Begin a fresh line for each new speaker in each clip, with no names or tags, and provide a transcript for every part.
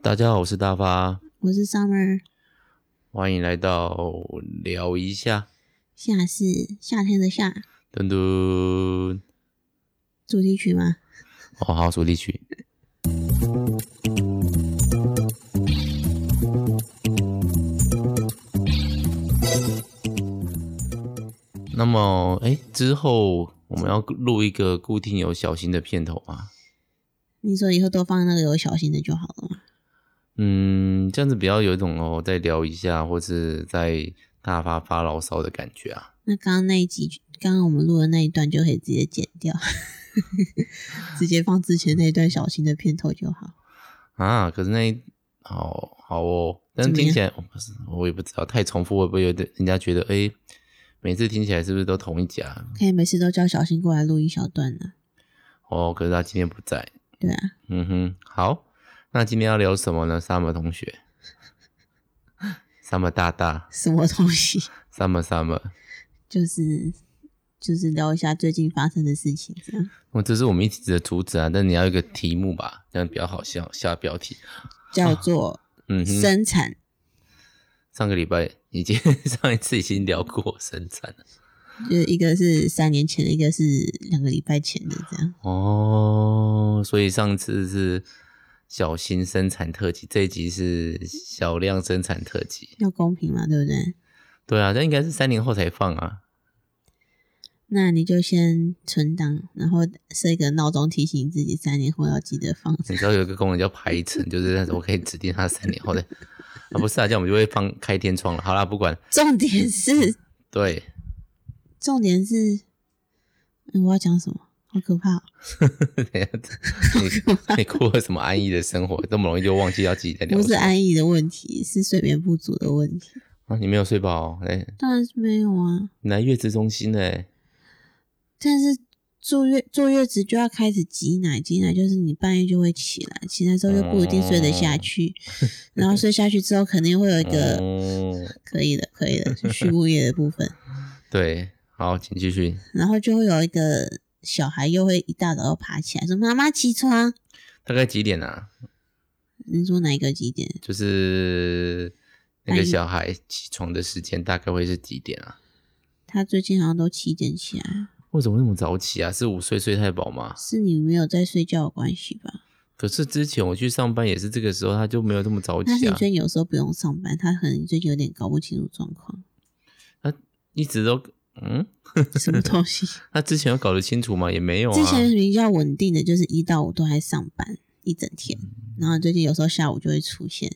大家好，我是大发，
我是 Summer。
欢迎来到聊一下，
夏是夏天的夏，
墩墩。
主题曲吗？
哦，好，主题曲。那么，哎，之后我们要录一个固定有小新的片头吗？
你说以后都放那个有小心的就好了嘛。
嗯，这样子比较有一种哦，再聊一下，或是在大发发牢骚的感觉啊。
那刚刚那一集，刚刚我们录的那一段就可以直接剪掉， 直接放之前那一段小新的片头就好。
啊，可是那一好好哦，但是
怎么
听起来我不是，我也不知道太重复会不会有点人家觉得哎，每次听起来是不是都同一家？
可以每次都叫小新过来录一小段啊呢、
哦，可是他今天不在。
对啊，
嗯哼，好，那今天要聊什么呢？沙漠同学，沙漠大大，
什么东西？
沙漠沙漠，
就是就是聊一下最近发生的事情，这样
我哦这是我们一直的主旨啊，但你要有一个题目吧，这样比较好笑。下标题，
叫做
嗯哼，
生产。
上个礼拜已经 上一次已经聊过生产了
就是一个是三年前的，一个是两个礼拜前的，这样
哦，所以上次是小型生产特辑，这一集是小量生产特辑。
要公平嘛，对不对？
对啊，但应该是三年后才放啊。
那你就先存档，然后设一个闹钟提醒自己三年后要记得放。
你知道有一个功能叫排程， 就是那时候我可以指定它三年后的啊，不是啊，这样我们就会放开天窗了。好啦，不管，
重点是，
对，
重点是，嗯我要讲什么？好可怕、哦！
等一下你你过了什么安逸的生活，这么容易就忘记要自己在聊
不
什
是
么？
安逸的问题，是睡眠不足的问题。
啊，你没有睡饱、哦，哎，
当然是没有啊，
你来月子中心欸嘞，
但是坐月坐月子就要开始挤奶，挤奶就是你半夜就会起来，起来之后就不一定睡得下去，然后睡下去之后肯定会有一个、
哦，
可以的，可以的，是畜牧业的部分。
对，好，请继续。
然后就会有一个小孩又会一大早又爬起来说：“妈妈起床。
大概几点啊？”
你说哪一个几点？
就是那个
半夜
小孩起床的时间大概会是几点啊？
他最近好像都七点起来，
为什么那么早起啊？是午睡睡太饱吗？
是你没有在睡觉的关系吧？
可是之前我去上班也是这个时候，他就没有这么早
但是
起
你
啊，
最近有时候不用上班，他可能最近有点搞不清楚状况，
一直都嗯，
什么东 西？
他之前有搞得清楚吗？也没有啊。
之前比较稳定的就是一到五都还上班一整天，
嗯
然后最近有时候下午就会出现，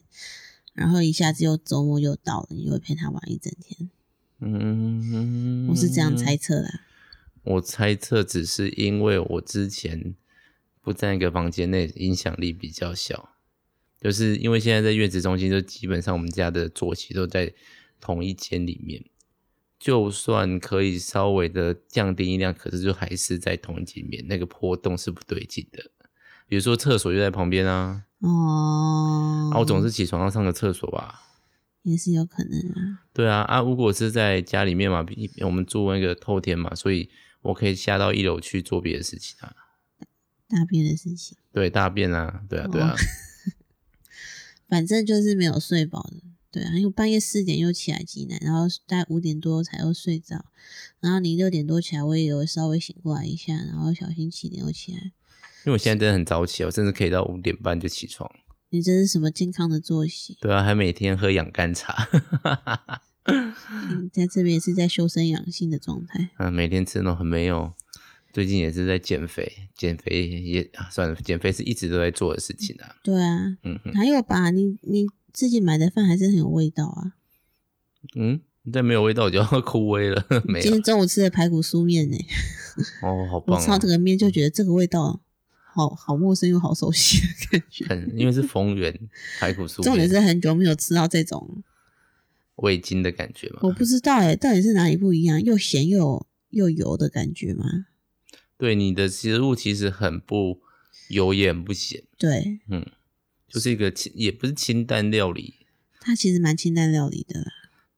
然后一下子又周末又到了，你就会陪他玩一整天。
嗯，
我是这样猜。测啦，
我猜测只是因为我之前不在一个房间内，影响力比较小。就是因为现在在月子中心，就基本上我们家的作息都在同一间里面，就算可以稍微的降低音量，可是就还是在同一间里面，那个波动是不对劲的。比如说厕所就在旁边啊，
哦，
啊，我总是起床要上个厕所吧。
也是有可能啊。
对啊，啊，如果是在家里面嘛，毕我们住那个透天嘛，所以我可以下到一楼去做别的事情啊。
大便的事情，
对，大便啊，对啊，对
哦
啊，
反正就是没有睡饱的。对啊，因为我半夜四点又起来挤奶，然后大概五点多才又睡着，然后你六点多起来，我也有稍微醒过来一下，然后小心七点又起来。
因为我现在真的很早起，我甚至可以到五点半就起床。
你这是什么健康的作息？
对啊，还每天喝养肝茶，
你在这边也是在修身养性的状态。
啊，每天吃那种很没有。最近也是在减肥，减肥也啊算了，减肥是一直都在做的事情啊。
对啊，
嗯哼，
还有吧，你你自己买的饭还是很有味道啊。
嗯，但没有味道我就要 枯萎了，没
今
有
天中午吃的排骨酥面呢、
哦，好
我
棒、
炒
哦！
这个面就觉得这个味道好好陌生又好熟悉的感觉。
很，因为是丰原排骨酥面，
重点是很久没有吃到这种，
味精的感觉嘛。
我不知道哎、到底是哪里不一样，又咸又又油的感觉吗？
对你的食物其实很不油也很不咸，
对，
就是一个清也不是清淡料理，
它其实蛮清淡料理的啦。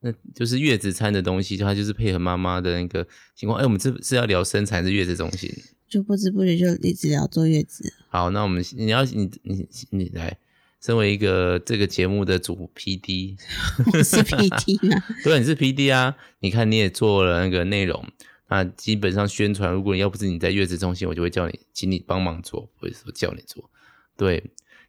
那就是月子餐的东西，它就是配合妈妈的那个情况。哎，我们这是要聊生产还是月子中心？
就不知不觉就一直聊坐月子，
好，那我们你要你你你来，身为一个这个节目的主 PD，
我是 PT 嘛，
对啊，你是 PD 啊，你看你也做了那个内容，那基本上宣传，如果你要不是你在月子中心，我就会叫你，请你帮忙做，不会说叫你做。对，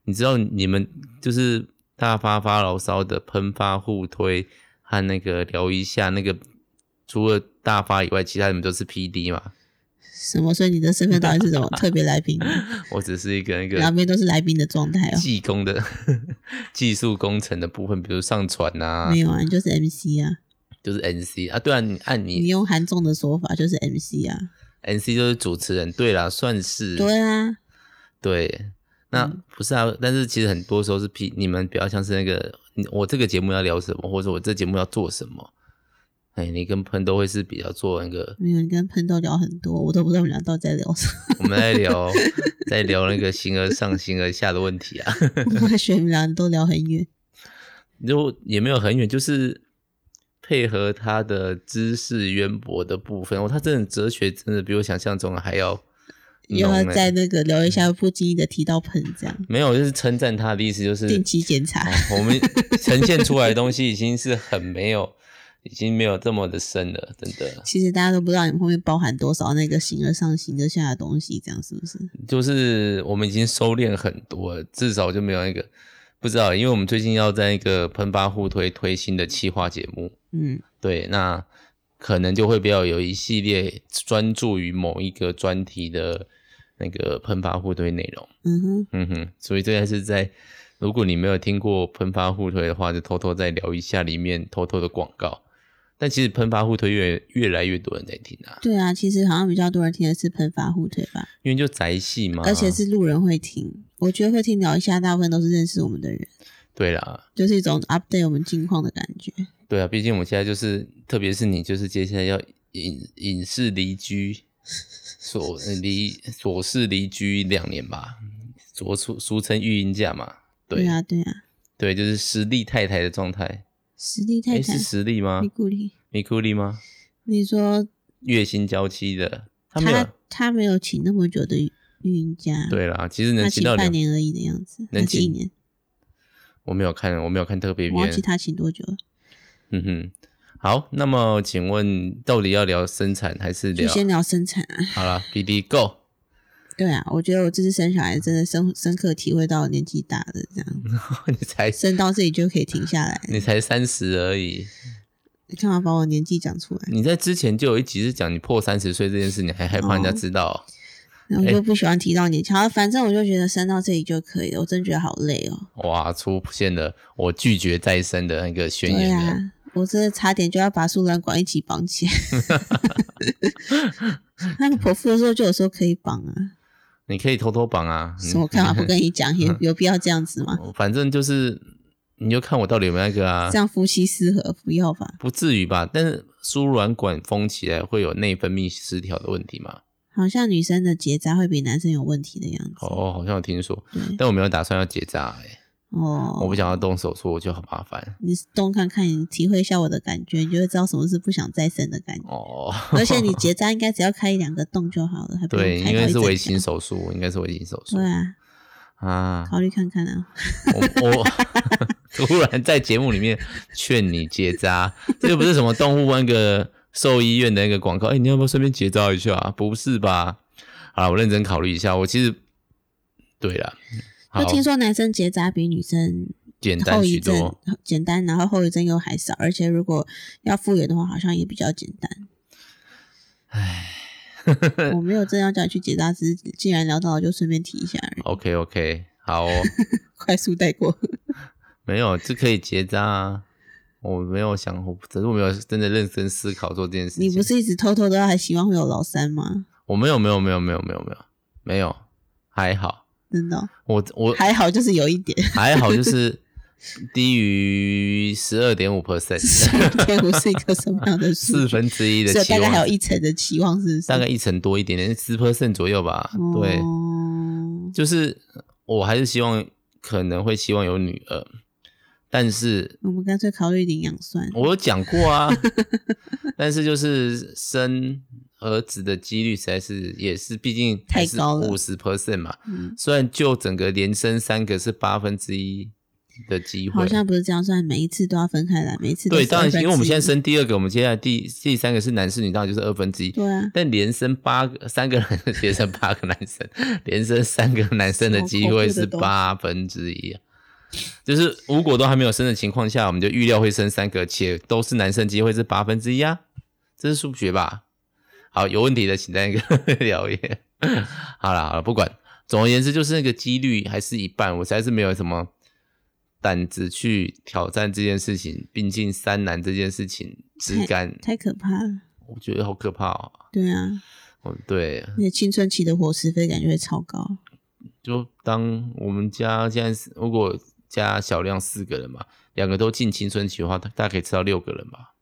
你知道你们就是大发发牢骚的喷发互推和那个聊一下那个，除了大发以外，其他你们都是 PD 嘛？
什么？所以你的身份到底是什么？特别来宾，
我只是一个那个
两边都是来宾的状态哦。
技工的 技术工程的部分，比如上传啊
没，有啊，你就是 MC 啊，
就是 NC 啊，对啊，你按
你
你
用韩综的说法就是 MC 啊。
NC 就是主持人，对啦，算是
对啊，
对那
嗯
不是啊，但是其实很多时候是 P，你们比较像是那个你我这个节目要聊什么，或者说我这节目要做什么，哎，你跟喷都会是比较做那个，
没有，你跟喷豆聊很多，我都不知道我们俩到底在聊什么。
我们在 聊在聊那个形而上、形而下的问题啊。
我还觉得你们俩都聊很远。
就也没有很远，就是配合他的知识渊博的部分，哦，他真的哲学真的比我想象中的还要
又
浓欸
要在那个聊一下，不经意的提到喷这样，
没有，就是称赞他的意思就是
定期检查
哦。我们呈现出来的东西已经是很没有，已经没有这么的深了，真的
其实大家都不知道你们后面包含多少那个形而上、形而下的东西，这样是不是？
就是我们已经收敛很多了，至少就没有那个不知道，因为我们最近要在一个喷发互推推新的企划节目，
嗯，
对，那可能就会比较有一系列专注于某一个专题的那个喷发互推内容。
嗯哼，
嗯哼，所以这还是在，如果你没有听过喷发互推的话，就偷偷再聊一下里面偷偷的广告。但其实喷发互推越越来越多人在听啊，
对啊，其实好像比较多人听的是喷发互推吧，
因为就宅系嘛，
而且是路人会听。我觉得会听聊一下，大部分都是认识我们的人，
对啦，
就是一种 update 我们近况的感觉。
对啊，毕竟我们现在就是，特别是你，就是接下来要隐隐士离居，所呃离琐事离居两年吧，俗俗俗称育婴假嘛，对
对啊，对啊，
对就是实力太太的状态，
实力太
哎，是，
太
实力吗
你？鼓励
米库利吗？
你说
月薪娇妻的，他没有
他他没有请那么久的运营家，，
对啦，其实能
他
请
请
到
半
两，
年而已的样子，
能
还是
请
一年？
我没有看，我没有看特别
我忘记
篇，
他请多久了，
嗯哼。好，那么请问到底要聊生产还是
就
聊？
先聊生产啊。
好了，B D Go，
对啊，我觉得我这次生小孩真的深深刻体会到年纪大了这样，
你才
生到这里就可以停下来。
你才三十而已，
你干嘛把我年纪讲出来？
你在之前就有一集是讲你破三十岁这件事，你还害怕人家知道哦、
然后我就不喜欢提到年纪，好，反正我就觉得生到这里就可以了。我真觉得好累哦。
哇，出现了我拒绝再生的那个宣
对
言了。
啊，我真的差点就要把输卵管一起绑起 来。那个剖腹的时候就有说可以绑
嗯
啊，
你可以偷偷绑啊，
什么干嘛不跟你讲？ 有有必要这样子吗？
嗯反正就是你就看我到底有没有那个 啊
这，样夫妻失和不要吧？
不至于吧？但是输卵管封起来会有内分泌失调的问题吗？
好像女生的结扎会比男生有问题的样子。
哦，好像有听说，
对
但我没有打算要结扎、欸，
嗯哦，
我不想要动手术，我觉得好麻烦
你动看看，你体会一下我的感觉，你就会知道什么是不想再生的感觉。
哦。
而且你结扎应该只要开一两个洞就好了，还不用
对，
开
应
到
该
一
是
整
微
条
型手术，应该是微型手术
对啊，
啊。
考虑看看啊。
我我 突然在节目里面劝你结扎，这又不是什么动物那个兽医院的那个广告，哎、你要不要顺便结扎一下、啊？不是吧？好啦我认真考虑一下。我其实对了，好
就听说男生结扎比女生
简单
后遗
许
症
多，
简单，然后后遗症又还少，而且如果要复原的话，好像也比较简单。唉，我没有真要叫你去结扎，只是既然聊到了，就顺便提一下而已，
OK OK，好、哦，
快速带 过。
没有这可以结扎啊。我没有想，我只是我没有真的认真思考做这件事情。
你不是一直偷偷的还希望会有老三吗？
我没有没有没有没有没有没有没有，还好。
真的哦、
我我
还好，就是有一点。
还好，就是低于十二点五 percent，
天五是一个什么样的数
四
据？
分之一的
所以
期
啊大概还有
望，
一层的期望，是不是？
大概一成多一点点，十 percent 左右吧。对，
哦
就是我还是希望可能会希望有女儿，但是
我们干
哦
脆考虑领养算了。
我有讲过啊，但是就是生儿子的几率实在是也是，毕竟
太高了
五十 percent 嘛。
嗯，
虽然就整个连生三个是八分之一的机会
好，像不是这样算，每一次都要分开来，每一次都
对，当然，
1/2
因为我们现在生第二个，我们接下来第第三个是男是女，当然就是二分之一。
对 啊，
但连生八个三个男生， 连生八个男生，连生三个男生的机会是八分之一啊。就是如果都还没有生的情况下，我们就预料会生三个，且都是男生，机会是八分之一啊。这是数学吧？好，有问题的请在那个留言。好了好了，不管。总而言之，就是那个几率还是一半，我实在是没有什么胆子去挑战这件事情。毕竟三难这件事情，质感
太可怕了。
我觉得好可怕哦。
对啊，
哦，对，
你的青春期的伙食费感觉会超高。
就当我们家现在是如果加小亮四个人嘛，两个都进青春期的话，大大概可以吃到六个人吧，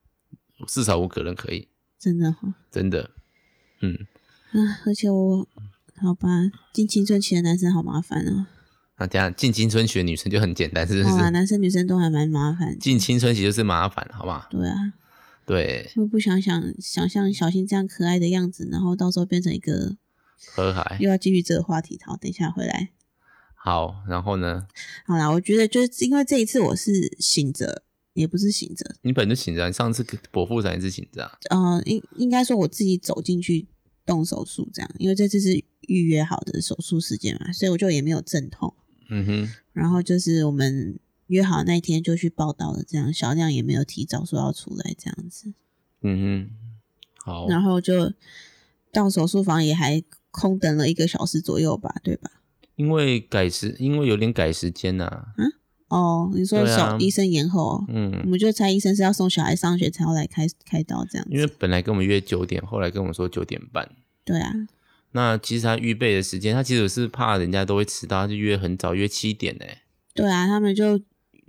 至少五个人可以，
真的哈、
真的。嗯，
啊，而且我，好吧，进青春期的男生好麻烦哦。
那等一下进青春期的女生就很简单，是不
好啦，
是？
男生女生都还蛮麻烦的。
进青春期就是麻烦，好吗？
对啊，
对，
就不想想想象小新这样可爱的样子，然后到时候变成一个，
河海
又要继续这个话题。好，等一下回来。
好，然后呢？
好啦，我觉得就是因为这一次我是醒着，也不是醒着，
你本来就醒着啊，你上次给伯父长也是醒着啊，
呃，应应该说我自己走进去动手术这样，因为这次是预约好的手术时间嘛，所以我就也没有阵痛。
嗯哼，
然后就是我们约好那一天就去报道了，这样小亮也没有提早说要出来这样子，
嗯哼，好，
然后就到手术房也还空等了一个小时左右吧，对吧？
因为改时，因为有点改时间呐、
哦，你说
对
手、
啊
医生延后、哦，
嗯
我，们就猜医生是要送小孩上学才要来开开刀这样
因为
子，
本来跟我们约九点，后来跟我们说九点半。
对啊，
那其实他预备的时间，他其实是怕人家都会迟到，他就约很早，约七点呢、
对啊，他们就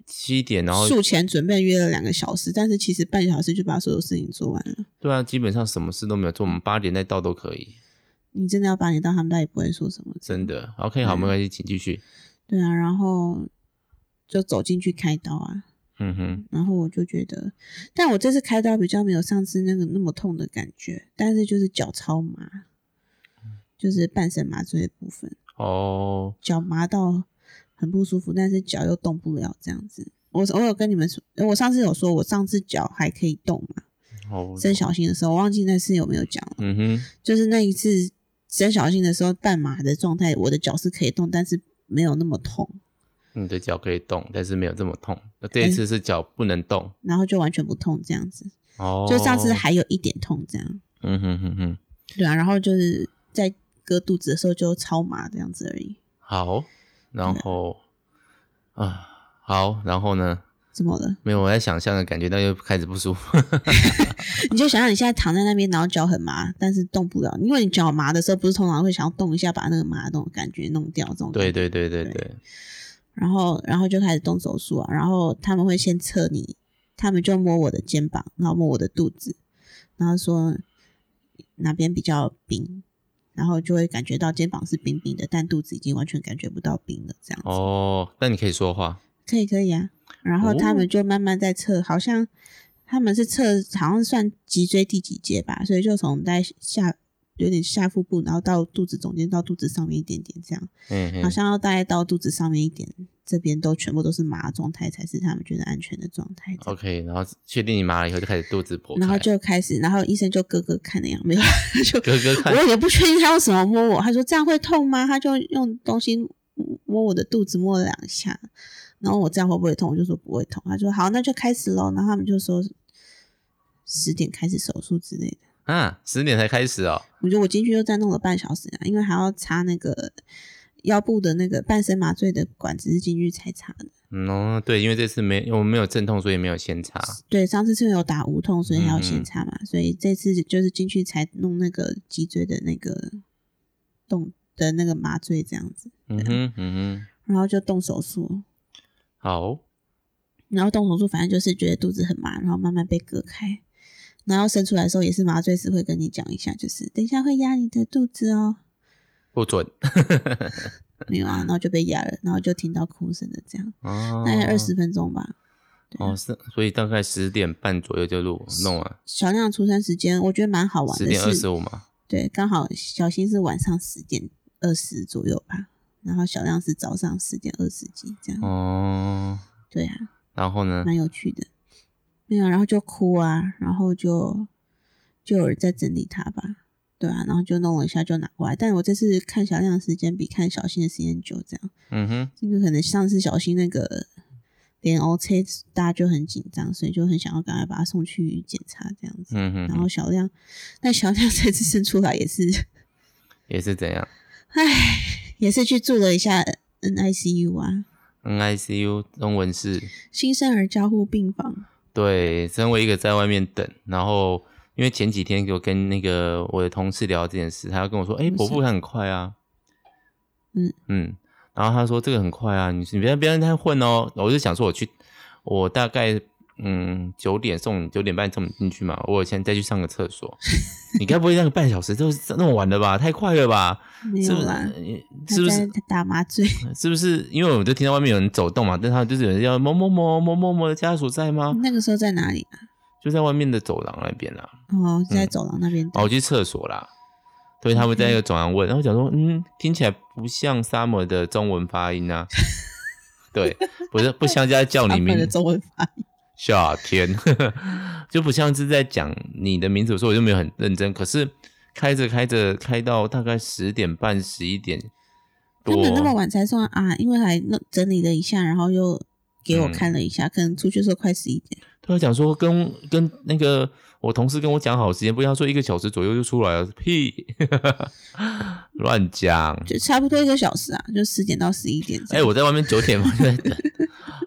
七点，然后
术前准备约了两个小时，但是其实半小时就把所有事情做完了。
对啊，基本上什么事都没有做，我们八点再到都可以，
你真的要把你当他们，他也不会说什么。
真的。OK，好，
嗯
没关系，请继续。
对啊，然后就走进去开刀啊，
嗯哼，
然后我就觉得，但我这次开刀比较没有上次那个那么痛的感觉，但是就是脚超麻，就是半身麻醉的部分，
哦，
脚麻到很不舒服，但是脚又动不了这样子。我我有跟你们说，我上次有说我上次脚还可以动嘛，
哦，
生小新的时候，我忘记那次有没有讲了。
嗯哼，
就是那一次生小新的时候，半麻的状态，我的脚是可以动，但是没有那么痛，
你的脚可以动，但是没有这么痛。那这一次是脚不能动。
然后就完全不痛这样子，
哦，
就上次，还有一点痛这样，
嗯哼哼哼，
对啊，然后就是在割肚子的时候就超麻这样子而已，
好，然后
嗯
啊，好，然后呢？
怎么了？
没有，我在想象的感觉，但又开始不舒 服。
你就想想你现在躺在那边，然后脚很麻，但是动不了，因为你脚麻的时候不是通常会想要动一下把那个麻的那种感觉弄掉这种，
对，对对对
对
对，
然后然后就开始动手术啊，然后他们会先测你，他们就摸我的肩膀，然后摸我的肚子，然后说哪边比较冰，然后就会感觉到肩膀是冰冰的，但肚子已经完全感觉不到冰了，这样子。
哦，那你可以说话。
可以可以啊。然后他们就慢慢在测，好像他们是测，好像算脊椎第几节吧，所以就从在下有点下腹部，然后到肚子中间，到肚子上面一点点这样，
嗯哼
好像要大概到肚子上面一点，这边都全部都是麻的状态，才是他们觉得安全的状态这样。
OK，然后确定你麻了以后就开始肚子剖开，
然后就开始，然后医生就咯咯看那样，没有，他 就
哥哥看，
我也不确定他用什么摸我，他说这样会痛吗？他就用东西摸我的肚子，摸了两下，然后我这样会不会痛？我就说不会痛。他说好，那就开始喽。然后他们就说十点开始手术之类的。
啊，十点才开始哦，
我觉得我进去就再弄了半小时啊，因为还要插那个腰部的那个半身麻醉的管子是进去才插的。
嗯哦，对，因为这次没我们没有阵痛，所以没有先插，
对，上次是有打无痛，所以还要
嗯
先
嗯
插嘛，所以这次就是进去才弄那个脊椎的那个动的那个麻醉这样子。
嗯哼嗯哼，
然后就动手术，
好，
然后动手术反正就是觉得肚子很麻，然后慢慢被割开，然后生出来的时候也是麻醉师会跟你讲一下，就是等一下会压你的肚子哦，
不 准，
没有啊，然后就被压了，然后就听到哭声的这样，
哦，
大概二十分钟吧，
哦，是，所以大概十点半左右就录弄完，
小亮出生时间我觉得蛮好玩
十
的
点二
是，
十五嘛，
对，刚好小新是晚上十点二十左右吧，然后小亮是早上十点二十几这样，
哦，
对啊，
然后呢，
蛮有趣的。没有，然后就哭啊，然后就就有人在整理它吧，对啊，然后就弄了一下就拿过来，但我这次看小亮的时间比看小新的时间久，这样。
嗯哼，
因为可能上次小新那个连 O C 大家就很紧张，所以就很想要赶快把他送去检查这样子。
嗯哼
然
哼，
后小亮，但小亮这次生出来也是，
也是怎样
唉，也是去住了一下 NICU 啊，
，NICU 中文是，
新生儿加护病房。
对，身为一个在外面等，然后因为前几天我跟那个我的同事聊这件事，他跟我说，哎、
嗯
伯父他很快啊，
嗯
嗯，然后他说这个很快啊，你你别别让他混哦，我就想说我去，我大概嗯九点送你，九点半送你进去嘛，我先再去上个厕 所，你该不会那个半小时都是那么晚了吧？太快了吧？
没
是
有
不是呃
啦，？
是不
他在
是？
打麻醉？
是不是？因为我就听到外面有人走动嘛，但他就是有人叫某某某某某某的家属在吗？
那个时候在哪里啊？
就在外面的走廊那边啦。
哦，在走廊那边
哦，
打。
我去厕所啦。所以他们在那个走廊问，然后讲说，嗯，听起来不像 Summer 的中文发音啊。 对，不是不像在叫
他
你
们
名
的中文发音
夏天， 就不像是在讲你的名字，所以我就没有很认真。可是开着开着开到大概十点半、十一点
他们那么
多，哦
晚才送啊，因为还弄整理了一下，然后又给
嗯
我看了一下，可能出去的时候快十一点。
他讲说跟跟那个我同事跟我讲好时间，不要说一个小时左右就出来了，屁， 乱讲。
就差不多一个小时啊，就十点到十一点这
哎、
样。
我在外面九点嘛就在等。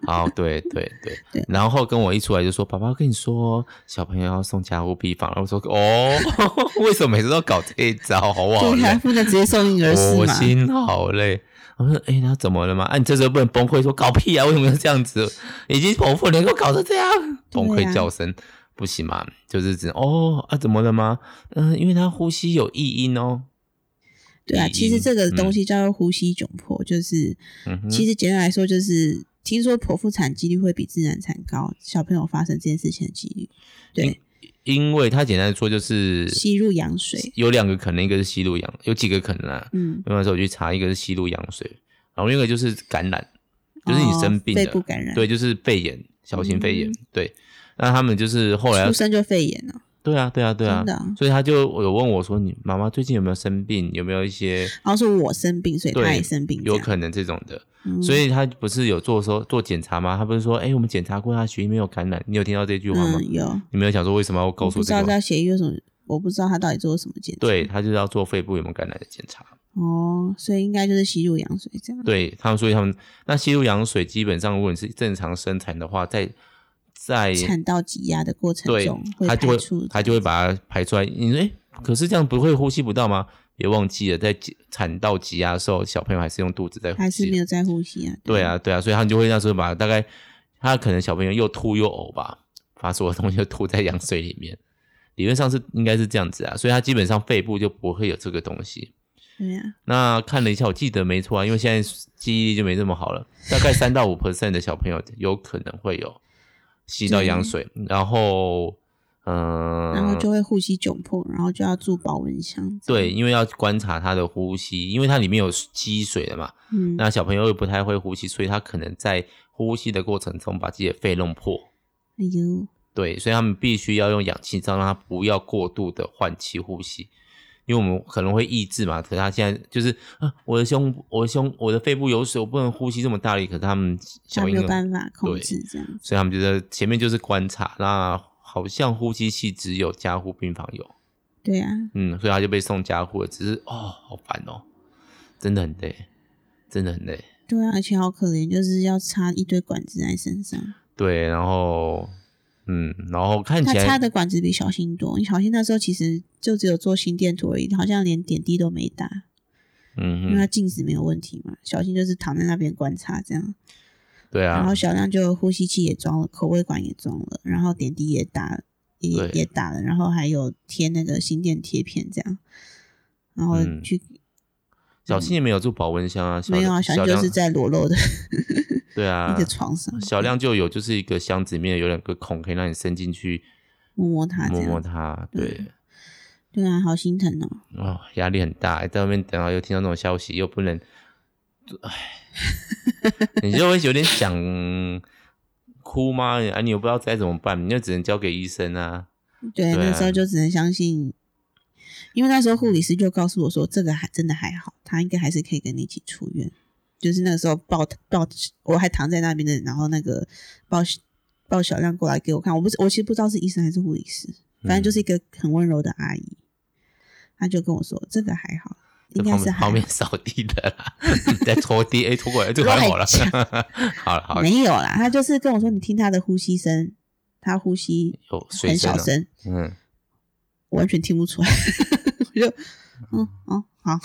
好，对对对，
对
然后跟我一出来就说：“爸爸，我跟你说，哦小朋友要送家务病房。”然后我说：“哦， 为什么每次都搞这一招？好不好
对
累？
啊，不能直接送婴儿室
我
嘛。
心好累。”我说：“哎、他怎么了嘛？啊，你这时候不能崩溃，说搞屁啊！为什么要这样子？已经剖腹了，你给我搞成这样！”崩
对
溃
啊
叫声、不行嘛，就是只能哦啊，怎么了吗？嗯、因为他呼吸有异音哦。
对啊，
嗯
其实这个东西叫做呼吸窘迫，就是
嗯哼，
其实简单来说就是。听说剖腹产几率会比自然产高，小朋友发生这件事情的几率，对，
因为他简单的说就是
吸入羊水，
有两个可能，一个是吸入羊，有几个可能啊。
嗯，
那时候我去查，一个是吸入羊水，然后另一个就是感染，就是你生病
哦
了，
肺部感染，
对，，就是肺炎，小型肺炎，
嗯
对。那他们就是后来
出，生就肺炎了。
对啊，对啊，对啊
真的啊，
所以他就有问我说：“你妈妈最近有没有生病？有没有一些
然后说我生病，所以
对
他也生病，嗯
有可能这种的？”
能
所以他不是有做说做检查吗？他不是说：“哎，我们检查过，他血液没有感染。”你有听到这句话吗？
嗯有，
你没有想说为什么要告
我
诉
不
我
知
这
道
个吗？
在血液有什么，我不知道他到底做了什么检查，
对，他就是要做肺部有没有感染的检查。
哦，所以应该就是吸入羊水这样，
对他们，所以他们那吸入羊水，基本上如果你是正常生产的话，在在
产道挤压的过程
对
中，
它就
排
会
出，
它就会把它排出来。你说，哎，可是这样不会呼吸不到吗？别忘记了，在挤产道挤压的时候，小朋友还是用肚子在呼
还是没
吸。
有在呼吸啊。
对，啊，对啊，所以他们就会那时候把大概他可能小朋友又吐又呕吧，把所有东西都吐在羊水里面。理论上是应该是这样子啊，所以他基本上肺部就不会有这个东西。
对啊，
那看了一下，我记得没错啊，因为现在记忆力就没这么好了，大概三到五 percent 的小朋友有可能会有吸到羊水，然后，嗯、
然后就会呼吸窘迫，然后就要住保温箱。
对，，因为要观察他的呼吸，因为它里面有积水的嘛，
嗯，
那小朋友又不太会呼吸，所以他可能在呼吸的过程中把自己的肺弄破，
哎呦，
对，所以他们必须要用氧气罩，让他不要过度的换气呼吸，因为我们可能会抑制嘛。可是他现在就是啊，我的胸、我的胸、我的肺部有水，我不能呼吸这么大力。可是他们
他
小
没
婴
有
儿，
办法控
对
制这样子。
所以他们觉得前面就是观察，那好像呼吸器只有加护病房有，
对啊，
嗯，所以他就被送加护了。只是哦，好烦哦，真的很累，真的很累。
对啊，而且好可怜，就是要插一堆管子在身上。
对，然后嗯，然后看
他
起来
插的管子比小新多，小新那时候其实就只有做心电图而已，好像连点滴都没打，因为
嗯
他
哼，
静止没有问题嘛。小新就是躺在那边观察这样。
对啊，
然后小亮就呼吸器也装了，口胃管也装了，然后点滴也打也
对
也打了，然后还有贴那个心电贴片这样，然后
嗯
去、
小新也没有住保温箱啊，小
没有啊，小
小
亮就是
亮
在裸露的，
对啊
你的，床上，
小量就有，就是一个箱子里面有两个孔，可以让你伸进去
摸摸它这
摸摸
样，
它。对，
对啊，好心疼哦。
哦，压力很大，在外面等到又听到那种消息，又不能，哎，你就会有点想哭吗？啊，你又不知道该怎么办，你就只能交给医生啊。对
对，
啊
那时候就只能相信，因为那时候护理师就告诉我说，这个还真的还好，他应该还是可以跟你一起出院。就是那个时候抱抱，我还躺在那边的，然后那个抱抱小亮过来给我看，我不是我其实不知道是医生还是护理师，
嗯
反正就是一个很温柔的阿姨，她就跟我说这个还好，应该
旁
是
边
还好
旁边扫地的啦，你在拖地，哎、拖过来，这个
乱
还好了
讲，
好了，好了，
没有啦，她就是跟我说你听她的呼吸声，她呼吸
有水
很
声
小
了，
声，
嗯，
我完全听不出来，我就嗯哦好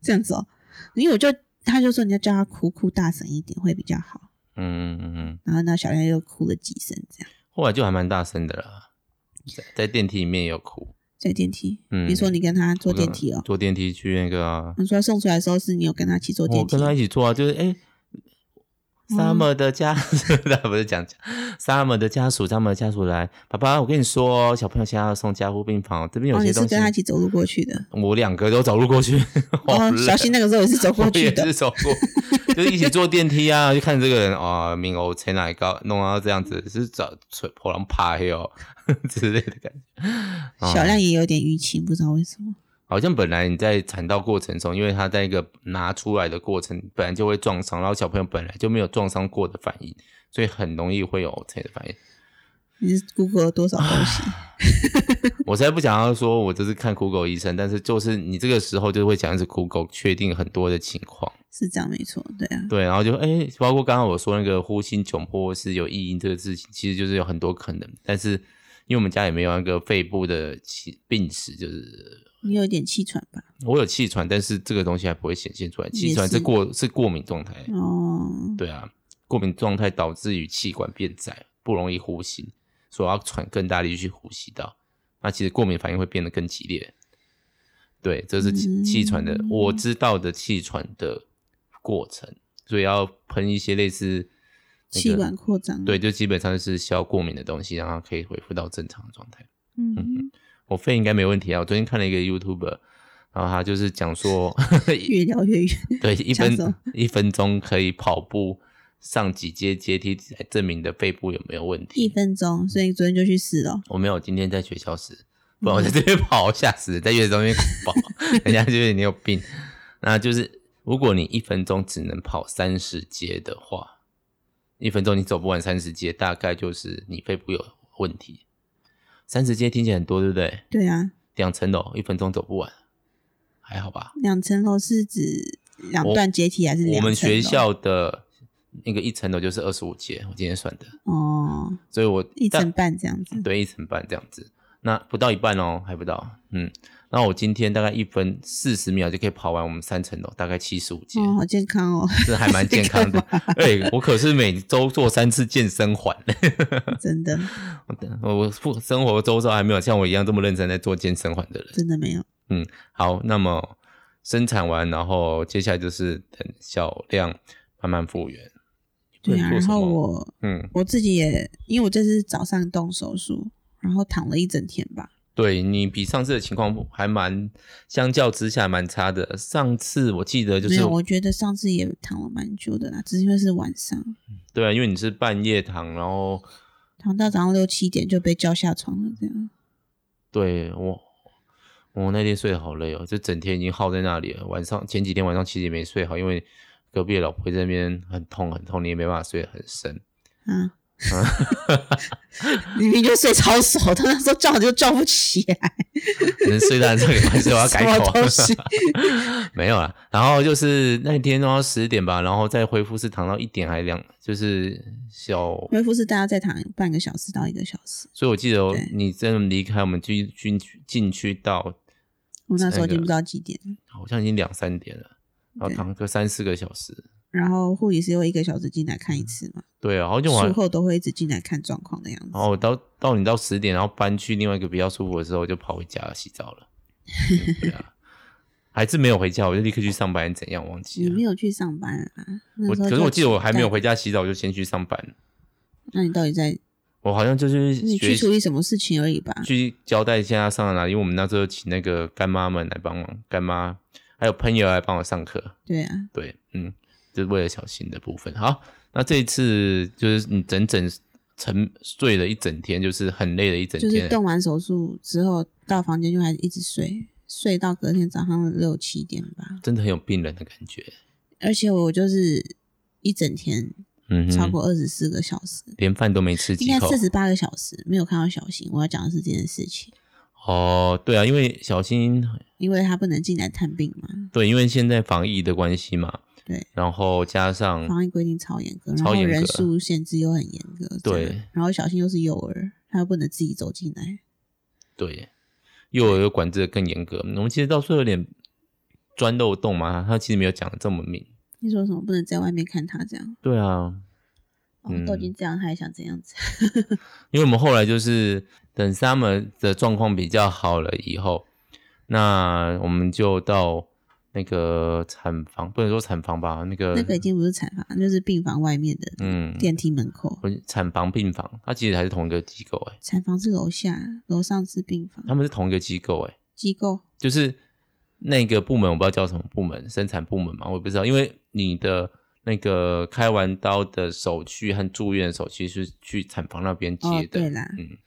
这样子哦，因为我就他就说你要叫他哭哭大声一点会比较好，
嗯嗯嗯，
然后那小亮又哭了几声，这样
后来就还蛮大声的啦，在在电梯里面也有哭，
在电梯，
嗯
你说你跟他坐电梯哦，
坐电梯去那个啊、
你说送出来的时候是你有跟他一起坐
我
电梯嗯
跟，他一起坐啊，就是哎。Summer 的家， 他不是讲 Summer 的家属，Summer 的家属来，爸爸，我跟你说哦，小朋友现在要送加护病房，这边有
哦，
些
你是
东西，
跟他一起走路过去 的，
我两个都走路过去， 好
哦，
累
小新那个时候也是走过
我哦
去
也
的
是，走过，就是一起坐电梯啊，就看这个人啊，名偶才哪高，弄到这样子，是找吹破浪爬黑哦 之类的感觉。啊
小亮也有点淤青，不知道为什么，
好像本来你在产道过程中，因为他在一个拿出来的过程，本来就会撞伤，然后小朋友本来就没有撞伤过的反应，所以很容易会有 O.K. 的反应。
你是 Google 了多少东
啊
西？
我才不想要说我这是看 Google 医生，但是就是你这个时候就会想一直 Google 确定很多的情况。
是这样没错，对啊，
对，然后就哎、诶包括刚刚我说那个呼吸窘迫是有异音这个事情，其实就是有很多可能，但是因为我们家也没有那个肺部的气病史，就是
你有点气喘吧？
我有气喘，但是这个东西还不会显现出来，气
也
喘是
是
过是过敏状态，
哦，
对啊，过敏状态导致于气管变窄，不容易呼吸，所以要喘更大力去呼吸道，那其实过敏反应会变得更激烈。对，这是气气喘的，
嗯
我知道的气喘的过程，所以要喷一些类似、那个、
气管扩张，
对，，就基本上是消过敏的东西，让它可以恢复到正常的状态。
嗯，
我肺应该没问题啊，我昨天看了一个 YouTuber，然后他就是讲说，
越聊越远。
对，一
讲什
分
么
一分钟可以跑步上几阶阶梯来证明你的肺部有没有问
一
题。
分钟，所以昨天就去试了。
我没有，今天在学校时，不然我在这边跑， 吓死人，在月子中心狂 跑，人家觉得你有病。那就是如果你一分钟只能跑三十阶的话，一分钟你走不完三十阶，大概就是你肺部有问题。三十阶听起来很多，对不对？
对啊，
两层楼，一分钟走不完，还好吧？
两层楼是指两段阶梯还是两层楼？哦
我们学校的那个一层楼就是二十五阶，我今天算的，
哦，
所以我
一层
但
半这样子。
对一层半这样子，那不到一半哦，还不到，嗯，那我今天大概一分四十秒就可以跑完我们三层楼，大概七十五阶，
哦，好健康哦，。
这还蛮健康的
干嘛
哎、我可是每周做三次健身环，
真的
我我生活周遭还没有像我一样这么认真在做健身环的人。
真的没有。
好，那么生产完，然后接下来就是等小量慢慢复原。
对
会
啊，
做
然
什
后
么
我
嗯，
我自己也，因为我这是早上动手术，然后躺了一整天吧。
对你比上次的情况还蛮，相较之下蛮差的。上次我记得就
没
是
有，我觉得上次也躺了蛮久的啦，只是因为是晚上，
对啊，因为你是半夜躺，然后
躺到早上六七点就被叫下床了，这样。
对我。我那天睡得好累哦，就整天已经耗在那里了。晚上前几天晚上其实也没睡好，因为隔壁的老婆在那边很痛很痛，你也没办法睡得很深。
啊， 明明就睡超熟的，那时候叫你就叫不起来，
能睡到这个关系，我要改口
什么东西。
没有啦，然后就是那天到十点吧，然后再恢复是躺到一点还两，就是小，
恢复是大家再躺半个小时到一个小时。
所以我记得哦
对
你真的离开我们进进进去到
我那时候已经
那个
不知道几点了，
好像已经两三点了，然后
对
躺个三四个小时。
然后护理师又一个小时进来看一次嘛，
对啊，然后就完哦
术，后都会一直进来看状况的样子。
然后我到到你到十 点，然后搬去另外一个比较舒服的时候，我就跑回家洗澡了。嗯对啊，还是没有回家，我就立刻去上班，怎样忘记
你
了
没。有去上班啊？那
我
时候
可是
就
我记得我还没有
期
回家洗澡，我就先去上班。
待。那你到底在？
我好像就是
你
学
去处理什么事情而已吧？
去交代一下上了哪里，因为我们那时候请那个干妈们来帮忙，干妈还有朋友来帮我上课。
对啊，
对，嗯，这是为了小新的部分。好，那这一次就是你整整沉睡了一整天，就是很累了一整
就
天。
是动完手术之后到房间就还一直睡，睡到隔天早上六七点吧。
真的很有病人的感觉。
而且我就是一整天
嗯哼，
超过二十四个小时，
连饭都没吃几
应该
口
四。十八个小时没有看到小新。我要讲的是这件事情，
哦，对啊，因为小新
因为他不能进来探病嘛，
对，因为现在防疫的关系嘛，
对，
然后加上
防疫规定超严格，然
嗯超
后
严格
人数限制又很严格，
对
真的，然后小新又是幼儿，他又不能自己走进来，
对，幼儿管制的更严格。我们其实到最后有点钻漏洞嘛，他其实没有讲的这么明。
你说什么不能在外面看他这样？
对啊，
哦，
嗯
都已经这样，他还想怎样子？
因为我们后来就是等 Summer 的状况比较好了以后，那我们就到那个产房，不能说产房吧，那个
那个已经不是产房，就是病房外面的
嗯
电梯门口。
不是产房病房，它其实还是同一个机构哎、
产房是楼下，楼上是病房
他们是同一个机构哎、
机构。
就是那个部门我不知道叫什么部门，生产部门嘛，我也不知道，因为你的那个开完刀的手续和住院的手续是去产房那边接的，
哦对啦
嗯，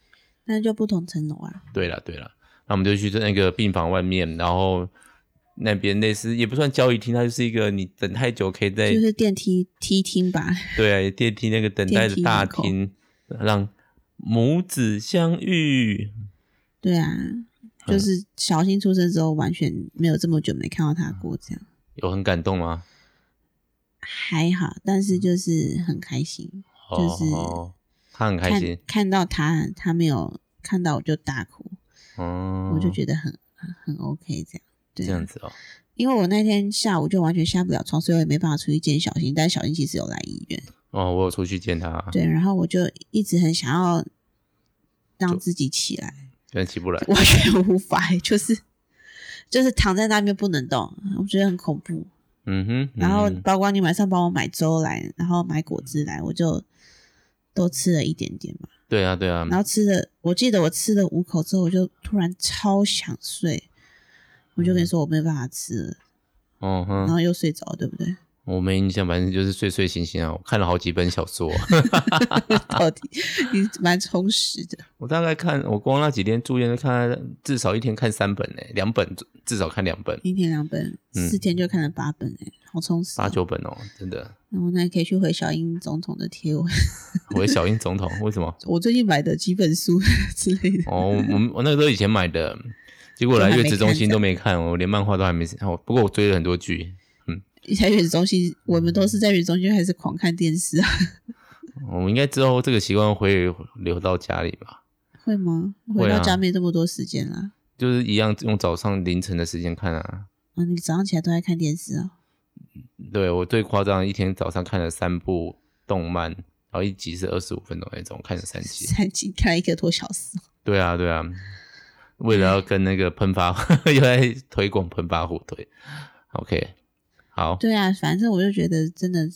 那就不同层楼啊，
对了对了，那我们就去那个病房外面，然后那边类似也不算交易厅，它就是一个你等太久可以在、
就是电梯梯厅吧。
对啊电梯那个等待的大厅，让母子相遇。
对啊，
嗯
就是小新出生之后，完全没有这么久没看到他过，这样
有很感动吗？
还好，但
嗯
是就是很开心，就是
哦，他很开心
看，看到他，他没有看到我就大哭，
哦，
我就觉得很很很 OK 这样。对、
这
啊
样，子哦，
因为我那天下午就完全下不了床，所以我也没办法出去见小新。但小新其实有来医院，
哦，我有出去见他，
对，然后我就一直很想要
嗯
让自己起来，
但起不来，
完全无法，就是就是躺在那边不能动，我觉得很恐怖。
嗯哼，
然后
嗯
包括你晚上帮我买粥来，然后买果汁来，我就都吃了一点点嘛。
对啊对啊，
然后吃了，我记得我吃了五口之后，我就突然超想睡，我就
嗯
跟你说我没有办法吃了，
哦哼，
然后又睡着了，对不对？
我没印象，反正就是睡睡醒醒啊，我看了好几本小说。啊
到底你蛮充实的，
我大概看，我光那几天住院就看了至少一天看三本呢、两本至少看两本，
一天两本，
嗯
四天就看了八本哎、好充实、
八。九本哦，真的。
然后那可以去回小英总统的贴文，
我的小英总统为什么？
我最近买的几本书 之类的。
哦，我们我那个时候以前买的，结果来月子中心都没看，我连漫画都还没。哦，不过我追了很多剧，
在月子中心，我们都是在月子中心还是狂看电视啊？
我应该之后这个习惯会留到家里吧，
会吗？
会
回
啊
到家没这么多时间啦。
就是一样用早上凌晨的时间看啊。
啊，你早上起来都在看电视啊？
对我最夸张，一天早上看了三部动漫，然后一集是二十五分钟那种，看了三集。
三集看了一个多小时，
对啊，对
嗯
啊，为了要跟那个喷发 又在推广喷发火腿。OK，好，
对啊，反正我就觉得真的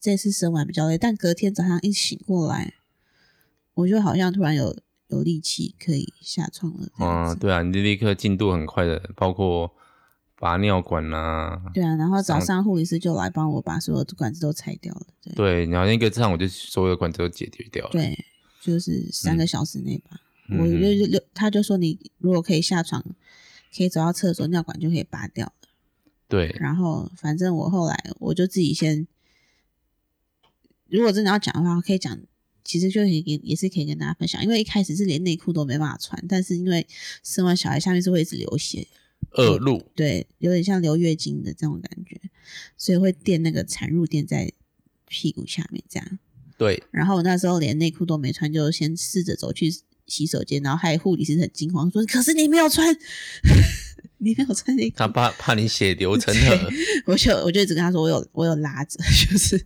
这次生完比较累，但隔天早上一醒过来，我就好像突然有有力气可以下床了。这样
嗯，
子
对啊，你立刻进度很快的，包括拔尿管啦、
对啊，然后早上护理师就来帮我把所有的管子都拆掉了。对
对，然后那个上我就所有的管子都解决掉了，
对，就是三个小时内吧。
嗯
我就就他就说你如果可以下床，可以走到厕所，尿管就可以拔掉。
对，
然后反正我后来我就自己先，如果真的要讲的话，可以讲，其实就可以给也是可以跟大家分享，因为一开始是连内裤都没办法穿，但是因为生完小孩下面是会一直流血，
恶露，
对，有点像流月经的这种感觉，所以会垫那个产褥垫在屁股下面这样。
对，
然后我那时候连内裤都没穿，就先试着走去洗手间，然后还护理师很惊慌说：“可是你没有穿， 你没有穿内裤。”
他怕怕你血流成河，
我就我就一直跟他说我有我有拉着， 就是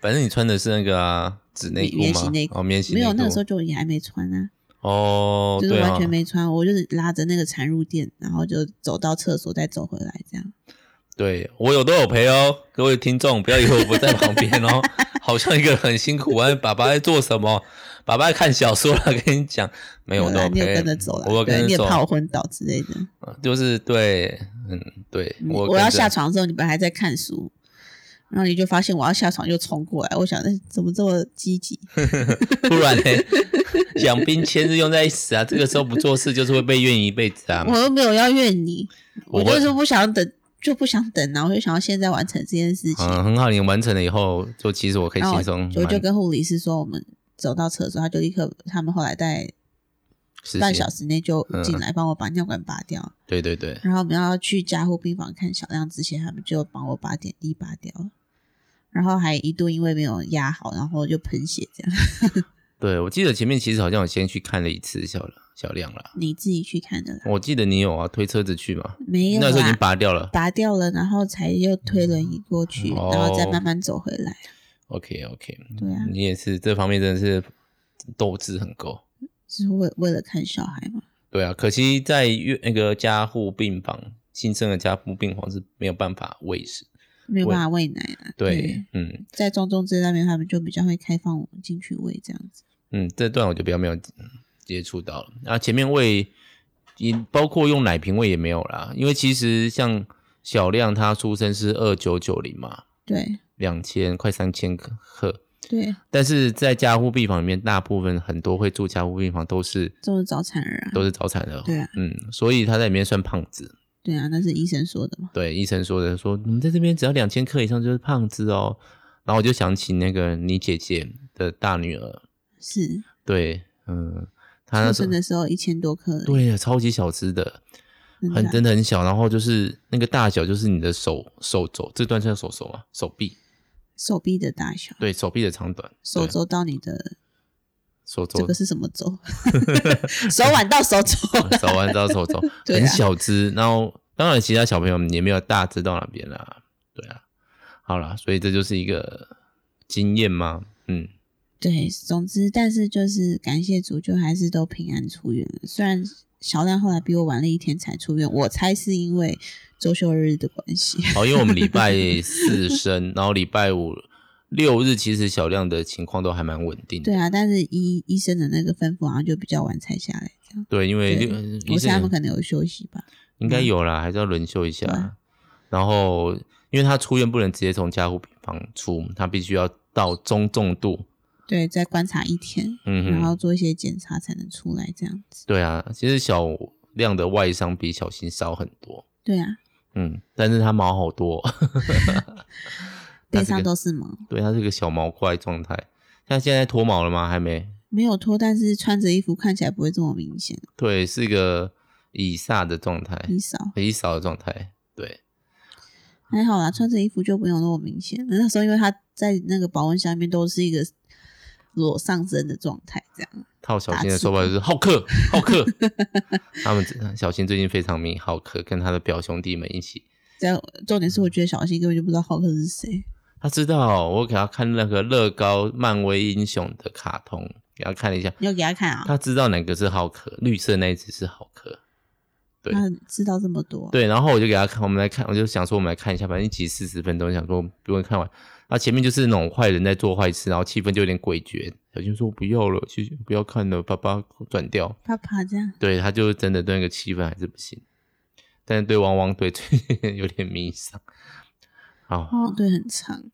反正你穿的是那个啊纸内裤
免洗
吗
内？裤
哦，免洗
没
内
有
裤，
那个时候就也还没穿啊，
哦，
就是
对啊
完，全没穿，我就是拉着那个缠褥垫，然后就走到厕所再走回来这样。
对我有都有陪哦，各位听众不要以为我不在旁边 哦，好像一个人很辛苦啊，爸爸在做什么？爸爸在看小说了，跟你讲，没哎有我都
啦
有
啊你有
陪，
跟着走了，
我有
对，
跟
你
着
也
走，
怕我昏倒之类的。
就是对，嗯，对，
你
我
我要
跟着
下床的时候，你本来还在看书，然后你就发现我要下床就冲过来，我想，哎，怎么这么积极？
突然呢、 养兵千日用在一时啊，这个时候不做事就是会被怨一辈子啊。
我又没有要 怨你，我
我会
就是不想等，就不想等啊，我就想要现在完成这件事情。
嗯，很好，你完成了以后，就其实我可以
然后
轻松
我
蛮
就跟护理师说，我们走到厕所，他就立刻，他们后来在
实
半
行
小时内就
嗯
进来帮我把尿管拔掉。
对对对，
然后我们要去加护病房看小亮之前，他们就帮我把点滴拔掉了，然后还一度因为没有压好，然后就喷血这样。
对我记得前面其实好像我先去看了一次小小亮啦，
你自己去看的啦，
我记得你有啊，推车子去嘛，
没有
那时候已经
啦，
拔掉了。
拔掉了，然后才又推轮椅过去，
哦
然后再慢慢走回来。
OK OK，
对啊，
你也是这方面真的是斗志很够。
就是为为了看小孩嘛。
对啊，可惜在院那个加护病房，新生儿加护病房是没有办法喂食。
没有办法喂奶啊，
对，嗯，
在中中这那边，他们就比较会开放我们进去喂这样子。
嗯，这段我就比较没有接触到了。啊，前面喂，也包括用奶瓶喂也没有啦，因为其实像小亮他出生是二九九零嘛，
对
两千快三千克，
对，
但是在加护病房里面，大部分很多会住加护病房都是
这种早产儿啊，
都是早产儿，
对啊，
嗯，所以他在里面算胖子。
对啊，那是医生说的嘛。
对，医生说的，说你们在这边只要两千克以上就是胖子哦。然后我就想起那个你姐姐的大女儿，
是
对，嗯，她那
出
时候
生的时候一千多克而已，
对呀，超级小只的，
真的
很
啊
真的很小，然后就是那个大小就是你的手手肘，这段叫手手啊，手臂，
手臂的大小，
对，手臂的长短，
手
对
肘到你的
手
这
肘
个，是什么 肘？手腕到手肘 了，
手腕到手肘，
对啊
很小只。然后当然其他小朋友也没有大只到哪边啦，对啊，好啦，所以这就是一个经验嘛，嗯，
对，总之，但是就是感谢主，就还是都平安出院了。虽然小亮后来比我晚了一天才出院，我猜是因为周休日的关系。
哦 好，因为我们礼拜四生，然后礼拜五。六日其实小亮的情况都还蛮稳定的，
对啊，但是医医生的那个吩咐好像就比较晚才下来，这样。
对因为
对
六
我
医
猜他
生
们可能有休息吧。
应该有啦，还是要轮休一下。
对啊
然后，因为他出院不能直接从加护病房出，他必须要到中重度。
对，再观察一天，
嗯
然后
哼，
做一些检查才能出来，这样子。
对啊，其实小亮的外伤比小新少很多，
对啊，
嗯，但是他毛好多，
背
那这
上
个
都是毛，
对，他是个小毛怪状态。他现在脱毛了吗？还没。
没有脱，但是穿着衣服看起来不会这么明显。
对，是个以撒的状态，
很少，
以扫的状态。对，
还好啦，穿着衣服就没有那么明显。那时候因为他在那个保温箱里面都是一个裸上身的状态，这样。
套小
打
新的
字
说法就是好客，好客。 他们小新最近非常迷好客，跟他的表兄弟们一起
这样重点是我觉得小新根本就不知道浩克是谁。
他知道，我给他看那个乐高漫威英雄的卡通，给他看了一下，
你有给他看啊？
他知道哪个是浩克，绿色那一只是浩克。对
他知道这么多，
对，然后我就给他看，我们来看，我就想说我们来看一下，反正一集四十分钟，想说不用看完。那前面就是那种坏人在做坏事，然后气氛就有点诡谲。小新说不要了，去不要看了，爸爸转掉。
啪啪这样。
对，他就真的对那个气氛还是不行，但是对汪汪队 最近有点迷上。好，
汪汪队很长，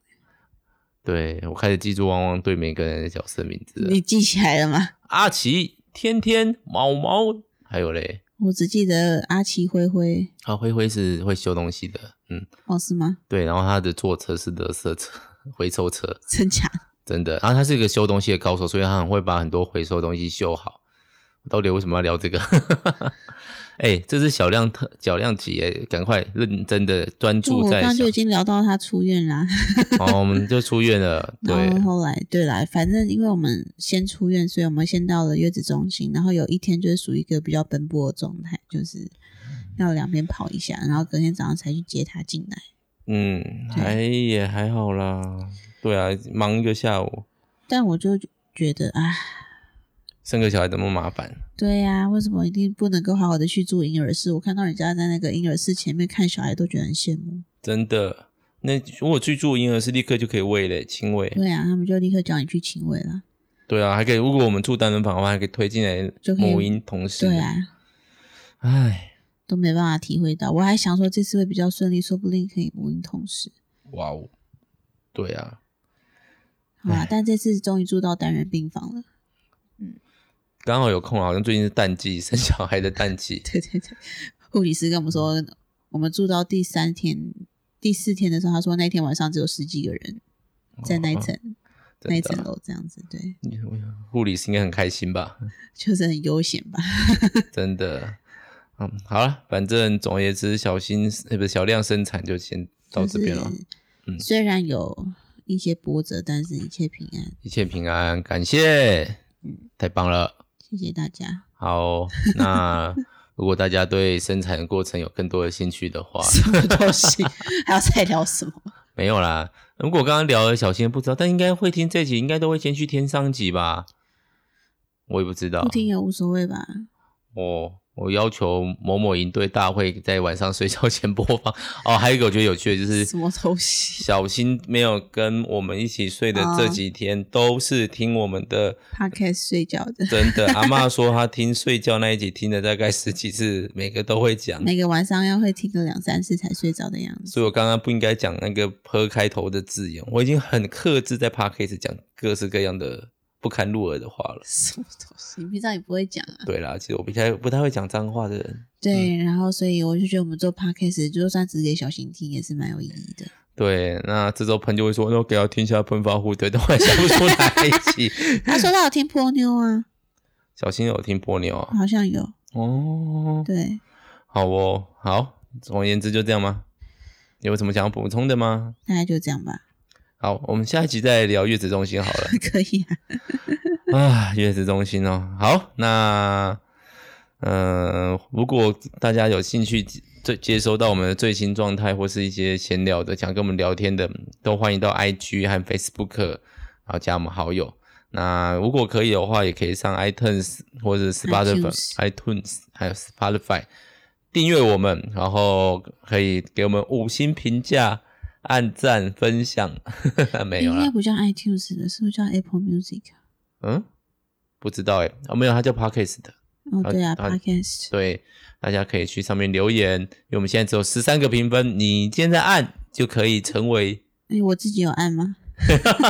对我开始记住汪汪队每个人的角色名字了。
你记起来了吗？
阿奇、天天、毛毛，还有嘞，
我只记得阿奇灰灰
啊，灰灰是会修东西的，嗯，
哦，是吗？
对，然后他的坐车是垃圾车、回收车，
真假？
真的，然后他是一个修东西的高手，所以他很会把很多回收的东西修好。到底为什么要聊这个？ 哎、这是小量特小量级耶，赶快认真的专
就
注
我刚
在
刚
小
就已，经聊到他出院啦，
哦，我们就出院 了，对
然，后后来，对啦，反正因为我们先出院，所以我们先到了月子中心，然后有一天就是属于一个比较奔波的状态，就是要两边跑一下，然后隔天早上才去接他进来。
嗯，还也还好啦，对啊，忙一个下午，
但我就觉得，哎，
生个小孩那么麻烦，
对呀、为什么一定不能够好好的去住婴儿室？我看到人家在那个婴儿室前面看小孩，都觉得很羡慕。
真的。那如果去住婴儿室，立刻就可以喂嘞，亲喂。
对啊，他们就立刻叫你去亲喂了。
对啊，还可以。如果我们住单人房的话，还可以推进来
就可以
母婴同事。
对，啊，
唉，
都没办法体会到。我还想说这次会比较顺利，说不定可以母婴同时。
哇哦，对啊，
好啦
唉，
但这次终于住到单人病房了。。
刚好有空啊，好像最近是淡季， 生小孩的淡季
对对对，护理师跟我们说，我们住到第三天、第四天的时候，他说那天晚上只有十几个人在那一层、那一
哦真
层
的啊
楼这样子，对，
护理师应该很开心吧？
就是很悠闲吧。
真的。嗯，好了，反正总而言之，小心呃不是小量生产就先到这边了，
就是
嗯
虽然有一些波折，但是一切平安。
一切平安，感谢，太棒了。
谢谢大家。
好，那如果大家对生产的过程有更多的兴趣的话，
什么东西？还要再聊什么？
没有啦。如果刚刚聊了小新不知道，但应该会听这集，应该都会先去听上集吧？我也不知道
不听也无所谓吧。
哦。我要求某某营队大会在晚上睡觉前播放。哦，还有一个我觉得有趣的就是
什么东西嗯
小新没有跟我们一起睡的这几天，都是听我们的。
？Podcast 睡觉的，
真的，阿嬷说她听睡觉那一集听了大概十几次，每个都会讲。
每个晚上要会听个两三次才睡着的样子。
所以我刚刚不应该讲那个“喝”开头的字眼，我已经很克制在 p a c k a s e 讲各式各样的不堪入耳的话了。
什么东西？你平常也不会讲啊。
对啦，其实我不太不太会讲脏话的人。
对，
嗯
然后所以我就觉得我们做 podcast 就算只给小新听也是蛮有意义的。
对，那这周喷就会说，那我给他听一下喷发户对，但我还想不出来一起。
他说他有听波 妞啊，
哦小心有听波妞啊！
好像有。
哦，
对，
好哦，好，总而言之就这样吗？有什么想要补充的吗？
大概就这样吧。
好，我们下一集再聊月子中心好了。
可以 啊，
啊，月子中心哦。好，那嗯、呃如果大家有兴趣接接收到我们的最新状态，或是一些闲聊的，想跟我们聊天的，都欢迎到 IG 和 Facebook，然后加我们好友。那如果可以的话，也可以上 iTunes 或者 Spotify、
iTunes
iTunes 还有 Spotify 订阅我们，然后可以给我们五星评价、按赞、分享。 没有
应
啦
该，不叫 iTunes 的，是不是叫 Apple Music？啊
嗯，不知道哎、哦，没有，它叫 Podcast 的。
哦，对啊
它
，podcast。
对，大家可以去上面留言，因为我们现在只有十三个评分，你现在按就可以成 为。
哎，我自己有按吗？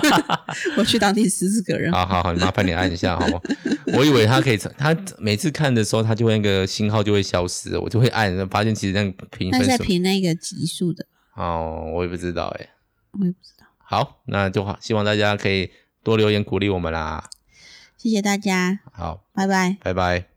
我去当第十四个人。
好好好，麻烦你按一下好吗？我以为他可以成，他每次看的时候，他就会那个星号就会消失，我就会按，发现其实那个评
那
分
是在
数
评那个级数的，
哦，我也不知道哎。
我也不知道。
好，那就好，希望大家可以多留言鼓励我们啦。
谢谢大家，
好，
拜拜。
拜拜。